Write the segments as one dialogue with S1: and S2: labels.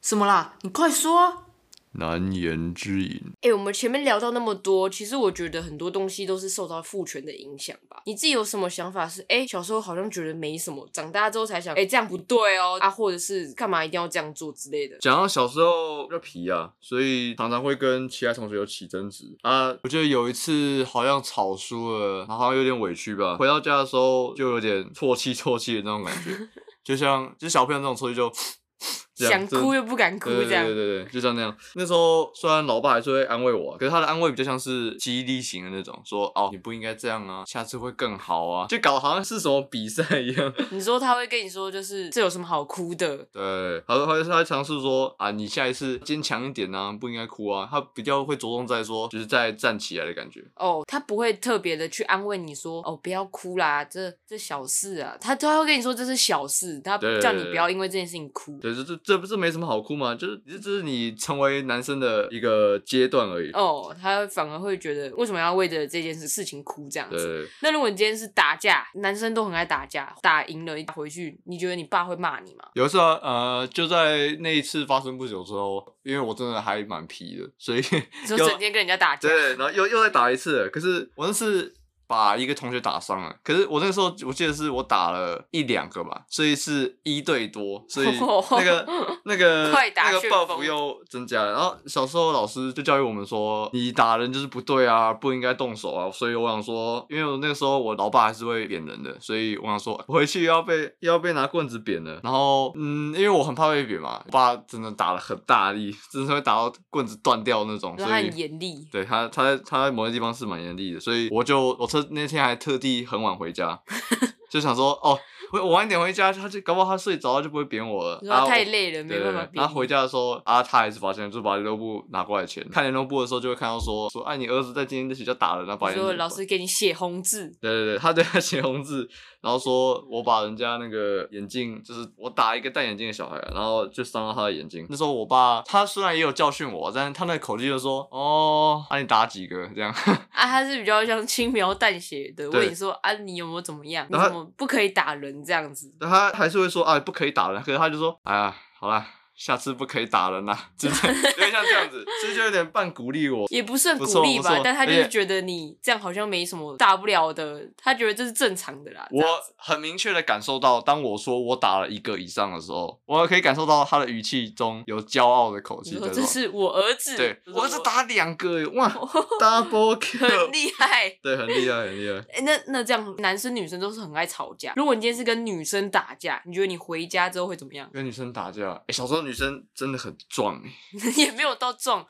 S1: 什么啦？你快说、啊！
S2: 难言之隐。
S3: 哎、我们前面聊到那么多，其实我觉得很多东西都是受到父权的影响吧。你自己有什么想法是？哎、小时候好像觉得没什么，长大之后才想，哎、这样不对哦啊，或者是干嘛一定要这样做之类的。
S2: 讲到小时候比较皮啊，所以常常会跟其他同学有起争执啊。我记得有一次好像吵输了，好像有点委屈吧。回到家的时候就有点啜泣啜泣的那种感 觉，就像就小朋友那种啜泣就这样
S3: 想哭
S2: 真
S3: 又不敢哭，
S2: 对
S3: 这样
S2: 对对对对，就像那样。那时候虽然老爸还是会安慰我啊、可是他的安慰比较像是激励型的那种，说哦你不应该这样啊，下次会更好啊，就搞得好像是什么比赛一样。
S3: 你说他会跟你说，就是这有什么好哭的？
S2: 对，他他他会尝试说啊，你下一次坚强一点啊，不应该哭啊。他比较会着重在说，就是在站起来的感觉。
S3: 哦，他不会特别的去安慰你说，哦，不要哭啦，这这小事啊，他他会跟你说这是小事，他
S2: 对
S3: 叫你不要因为这件事情哭。
S2: 对，这这这不是没什么好哭吗？就是这这是你成为男生的一个阶段而已。
S3: 哦，他反而会觉得为什么要为着这件事事情哭这样子？
S2: 对，
S3: 那如果你今天是打架，男生都很爱打架，打赢了回去，你觉得你爸会骂你吗？
S2: 有一次啊，呃，就在那一次发生不久之后，因为我真的还蛮皮的，所以
S3: 就
S2: 又
S3: 整天跟人家打架，
S2: 对，然后又又再打一次了。可是我那次把一个同学打伤了，可是我那时候我记得是我打了一两个吧，所以是一对多， 所以那个那个
S3: 快打
S2: 那个
S3: 旋
S2: 报
S3: 风
S2: 复又增加了。然后小时候老师就教育我们说，你打人就是不对啊，不应该动手啊。所以我想说，因为我那个时候我老爸还是会扁人的，所以我想说回去又要被又要被拿棍子扁了。然后嗯，因为我很怕被扁嘛，我爸真的打了很大力，真的会打到棍子断掉那种，
S3: 就
S2: 所
S3: 他
S2: 以
S3: 很严厉。
S2: 对他，他在他在某些地方是蛮严厉的，所以我就我特那天还特地很晚回 家，就想说哦，我我晚一点回家，他就搞不好他睡着他就不会扁啊我了。
S3: 你说
S2: 然
S3: 他
S2: 后
S3: 太累了，没
S2: 对对
S3: 办法
S2: 对
S3: 比。
S2: 然后回家的时候，啊，他还是发现，就把联络部拿过来钱。看联络部的时候，就会看到说说，哎、你儿子在今天在学校打人，啊然后把
S3: 你
S2: 人
S3: 说老师给你写红字，
S2: 对对对，他对他写红字，然后说我把人家那个眼镜，就是我打一个戴眼镜的小孩，啊然后就伤到他的眼睛。那时候我爸他虽然也有教训我，啊但是他那个口气就说哦，啊你打几个这样，
S3: 啊，他是比较像轻描淡写的
S2: 对
S3: 问你说啊，你有没有怎么样？你
S2: 然后
S3: 怎么不可以打人这样子？
S2: 但他还是会说啊不可以打人，可是他就说哎呀好啦，下次不可以打人啦，就是有点像这样子，所以就有点半鼓励我。
S3: 也不是很
S2: 不
S3: 鼓
S2: 错
S3: 励
S2: 不
S3: 吧
S2: 错，
S3: 但他就
S2: 而
S3: 是
S2: 且
S3: 觉得你这样好像没什么大不了的，他觉得这是正常的啦。这
S2: 我
S3: 样子
S2: 很明确的感受到，当我说我打了一个以上的时候，我可以感受到他的语气中有骄傲的口气
S3: 你
S2: 在
S3: 说
S2: 说。
S3: 哦这是我儿子，
S2: 对，
S3: 这
S2: 我是打两个耶，哇，double
S3: 很
S2: kill，
S3: 厉害。
S2: 对，很厉害，很厉害。
S3: 哎、那那这样，男生女生都是很爱吵架。如果你今天是跟女生打架，你觉得你回家之后会怎么样？
S2: 跟女生打架，哎、小时候女生真的很壮哎、
S3: 也没有到撞，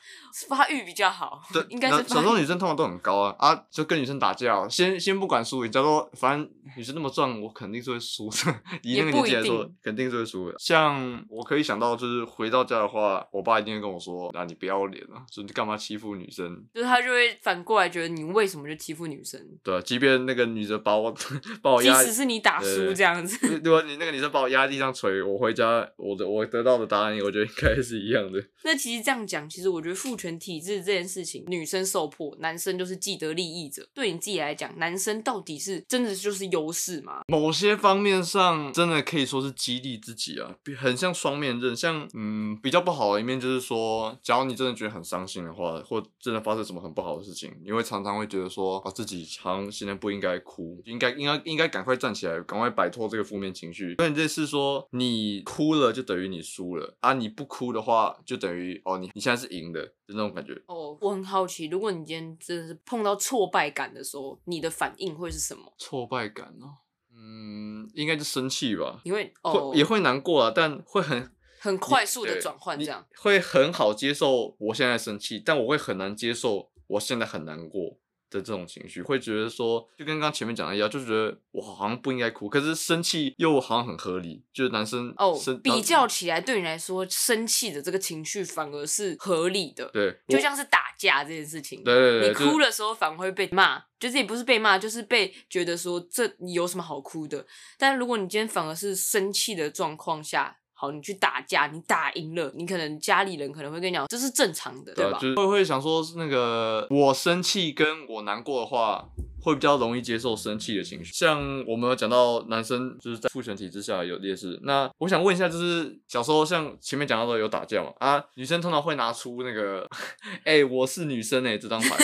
S3: 发育比较好，
S2: 对，
S3: 应该
S2: 那
S3: 是
S2: 小
S3: 发
S2: 时候
S3: 育。
S2: 女生通常都很高啊啊，就跟女生打架哦、先先不管输赢，假如说反正女生那么壮，我肯定是会输的。以
S3: 也
S2: 那个
S3: 不
S2: 年纪
S3: 一
S2: 来说
S3: 定，
S2: 肯定是会输的。像我可以想到，就是回到家的话，我爸一定会跟我说：“那、你不要脸啊，说你干嘛欺负女生？
S3: 就是他就会反过来觉得你为什么就欺负女生，
S2: 对、啊，即便那个女的把我 把我
S3: 即
S2: 哦压
S3: 使是你打输
S2: 对
S3: 这样子。
S2: 如果你那个女生把我压在地上捶，我回家，我的我得到的答案，我觉得应该是一样的。
S3: 那其实这样讲，其实我觉得父权体制这件事情，女生受迫，男生就是既得利益者。对你自己来讲，男生到底是真的就是优势吗？
S2: 某些方面上，真的可以说是激励自己啊，比很像双面刃。像嗯，比较不好的一面就是说，假如你真的觉得很伤心的话，或真的发生什么很不好的事情，你会常常会觉得说，啊，自己好像现在不应该哭，应该应该应该赶快站起来，赶快摆脱这个负面情绪。有点类似说，你哭了就等于你输了啊，你不哭的话，就等于哦，你你现在是赢的，就那种感觉。
S3: 哦，我很好奇，如果你今天真的是碰到挫败感的时候，你的反应会是什么？
S2: 挫败感哦，嗯，应该就生气吧，
S3: 你会哦
S2: 会，也会难过啊，但会很
S3: 很快速的转换
S2: 你
S3: 这样。
S2: 会很好接受我现在生气，但我会很难接受我现在很难过的这种情绪，会觉得说，就跟刚刚前面讲的一样，就觉得我好像不应该哭，可是生气又好像很合理，就是呃男生
S3: 哦
S2: 生，
S3: 比较起来，对你来说，生气的这个情绪反而是合理的，
S2: 对，
S3: 就
S2: 我
S3: 像是打架这件事情。
S2: 对对对，
S3: 你
S2: 就是
S3: 哭的时候反而会被骂，就是也不是被骂，就是被觉得说这你有什么好哭的。但如果你今天反而是生气的状况下，好，你去打架，你打赢了，你可能家里人可能会跟你讲这是正常的，对
S2: 对啊
S3: 吧
S2: 啊，？就是会会想说是那个我生气跟我难过的话，会比较容易接受生气的情绪。像我们有讲到男生就是在父权体制下有劣势，那我想问一下，就是小时候像前面讲到的有打架嘛，啊，女生通常会拿出那个， 哎、我是女生哎、这 张牌。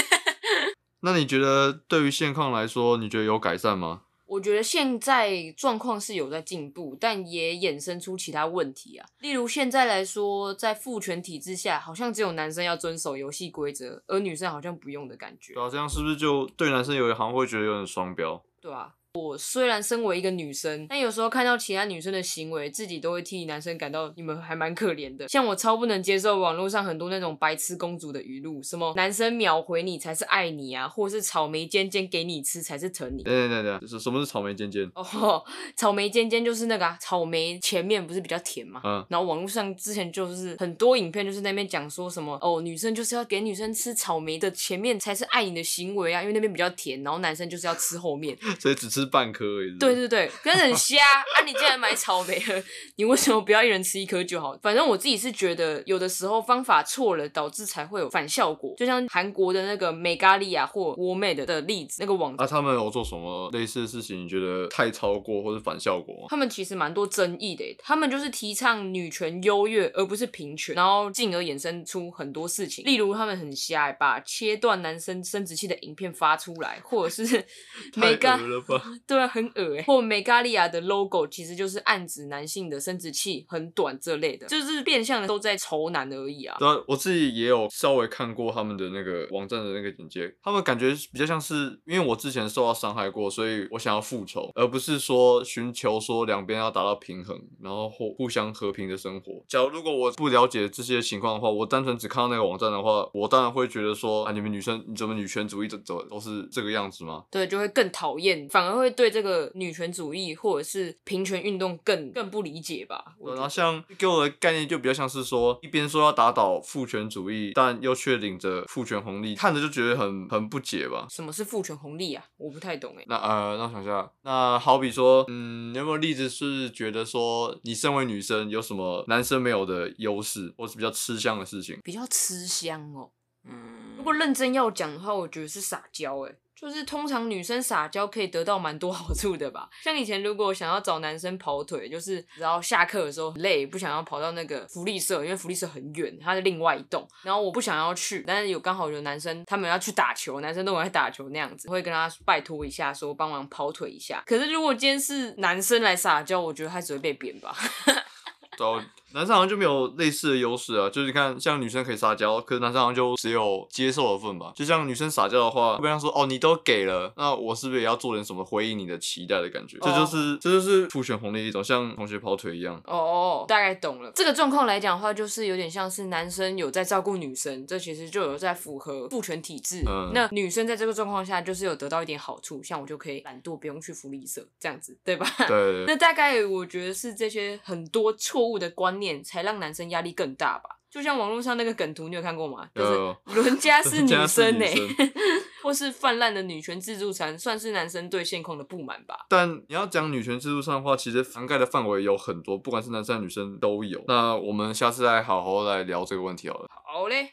S2: 那你觉得对于现况来说，你觉得有改善吗？
S3: 我觉得现在状况是有在进步，但也衍生出其他问题啊。例如现在来说，在父权体制下，好像只有男生要遵守游戏规则，而女生好像不用的感觉
S2: 对。啊，这样是不是就对男生有好像会觉得有点双标？
S3: 对啊，我虽然身为一个女生，但有时候看到其他女生的行为，自己都会替男生感到你们还蛮可怜的。像我超不能接受网络上很多那种白痴公主的语录，什么男生秒回你才是爱你啊，或是草莓尖尖给你吃才是疼你。
S2: 等等等等，就是什么是草莓尖尖？
S3: 哦，草莓尖尖就是那个、啊、草莓前面不是比较甜嘛？
S2: 嗯
S3: 然后网络上之前就是很多影片，就是那边讲说什么哦，女生就是要给女生吃草莓的前面才是爱你的行为啊，因为那边比较甜，然后男生就是要吃后面。
S2: 所以只吃半颗而已是不
S3: 对
S2: 是。
S3: 对对，可是很瞎啊！你既然买草莓了，你为什么不要一人吃一颗就好？反正我自己是觉得，有的时候方法错了，导致才会有反效果。就像韩国的那个美咖喱啊或 w o m a d 的例子，那个网站
S2: 啊，他们有做什么类似的事情？你觉得太超过或者反效果 吗？
S3: 他们其实蛮多争议的耶，他们就是提倡女权优越而不是平权，然后进而衍生出很多事情，例如他们很瞎耶，把切断男生生殖器的影片发出来，或者是美
S2: 太
S3: 咖
S2: 恶了吧！
S3: 对啊，很恶欸。或美咖利亚的 logo 其实就是暗指男性的生殖器很短这类的，就是变相的都在仇男而已啊。
S2: 对啊，我自己也有稍微看过他们的那个网站的那个简介，他们感觉比较像是，因为我之前受到伤害过，所以我想要复仇，而不是说寻求说两边要达到平衡，然后互互相和平的生活。假如如果我不了解这些情况的话，我单纯只看到那个网站的话，我当然会觉得说啊，你们女生你怎么女权主义怎怎么都是这个样子吗？
S3: 对，就会更讨厌，反而会对这个女权主义或者是平权运动更更不理解吧。我
S2: 对，
S3: 觉得
S2: 啊然后像给我的概念就比较像是说，一边说要打倒父权主义，但又却领着父权红利，看着就觉得很很不解吧。
S3: 什么是父权红利啊？我不太懂哎。
S2: 那呃，让我想一下，那好比说，嗯，有没有例子是觉得说，你身为女生有什么男生没有的优势，或是比较吃香的事情？
S3: 比较吃香哦。
S2: 嗯，
S3: 如果认真要讲的话，我觉得是撒娇哎、就是通常女生撒娇可以得到蛮多 好处的吧。像以前如果想要找男生跑腿，就是然后下课的时候很累，不想要跑到那个福利社，因为福利社很远，它是另外一栋，然后我不想要去，但是有刚好有男生他们要去打球，男生都很爱打球那样子，会跟他拜托一下说帮忙跑腿一下。可是如果今天是男生来撒娇，我觉得他只会被扁吧。
S2: 对啊，男生好像就没有类似的优势啊。就是你看，像女生可以撒娇，可是男生好像就只有接受的份吧。就像女生撒娇的话，会被他说哦，你都给了，那我是不是也要做点什么回应你的期待的感觉？这就
S3: 哦
S2: 是这就是父权红利的一种，像同学跑腿一样。
S3: 哦，大概懂了。这个状况来讲的话，就是有点像是男生有在照顾女生，这其实就有在符合父权体制。
S2: 嗯
S3: 那女生在这个状况下，就是有得到一点好处，像我就可以懒惰，不用去福利社，这样子，对吧？
S2: 对对对
S3: 那大概我觉得是这些很多错误的观念，才让男生压力更大吧。就像网络上那个梗图，你有看过吗？就是
S2: 有
S3: 人家是女生呢、欸
S2: 人家是女
S3: 或是泛滥的女权自助餐，算是男生对现况的不满吧。
S2: 但你要讲女权制度上的话，其实涵盖的范围有很多，不管是男生还是女生都有。那我们下次再好好来聊这个问题好了。
S3: 好嘞，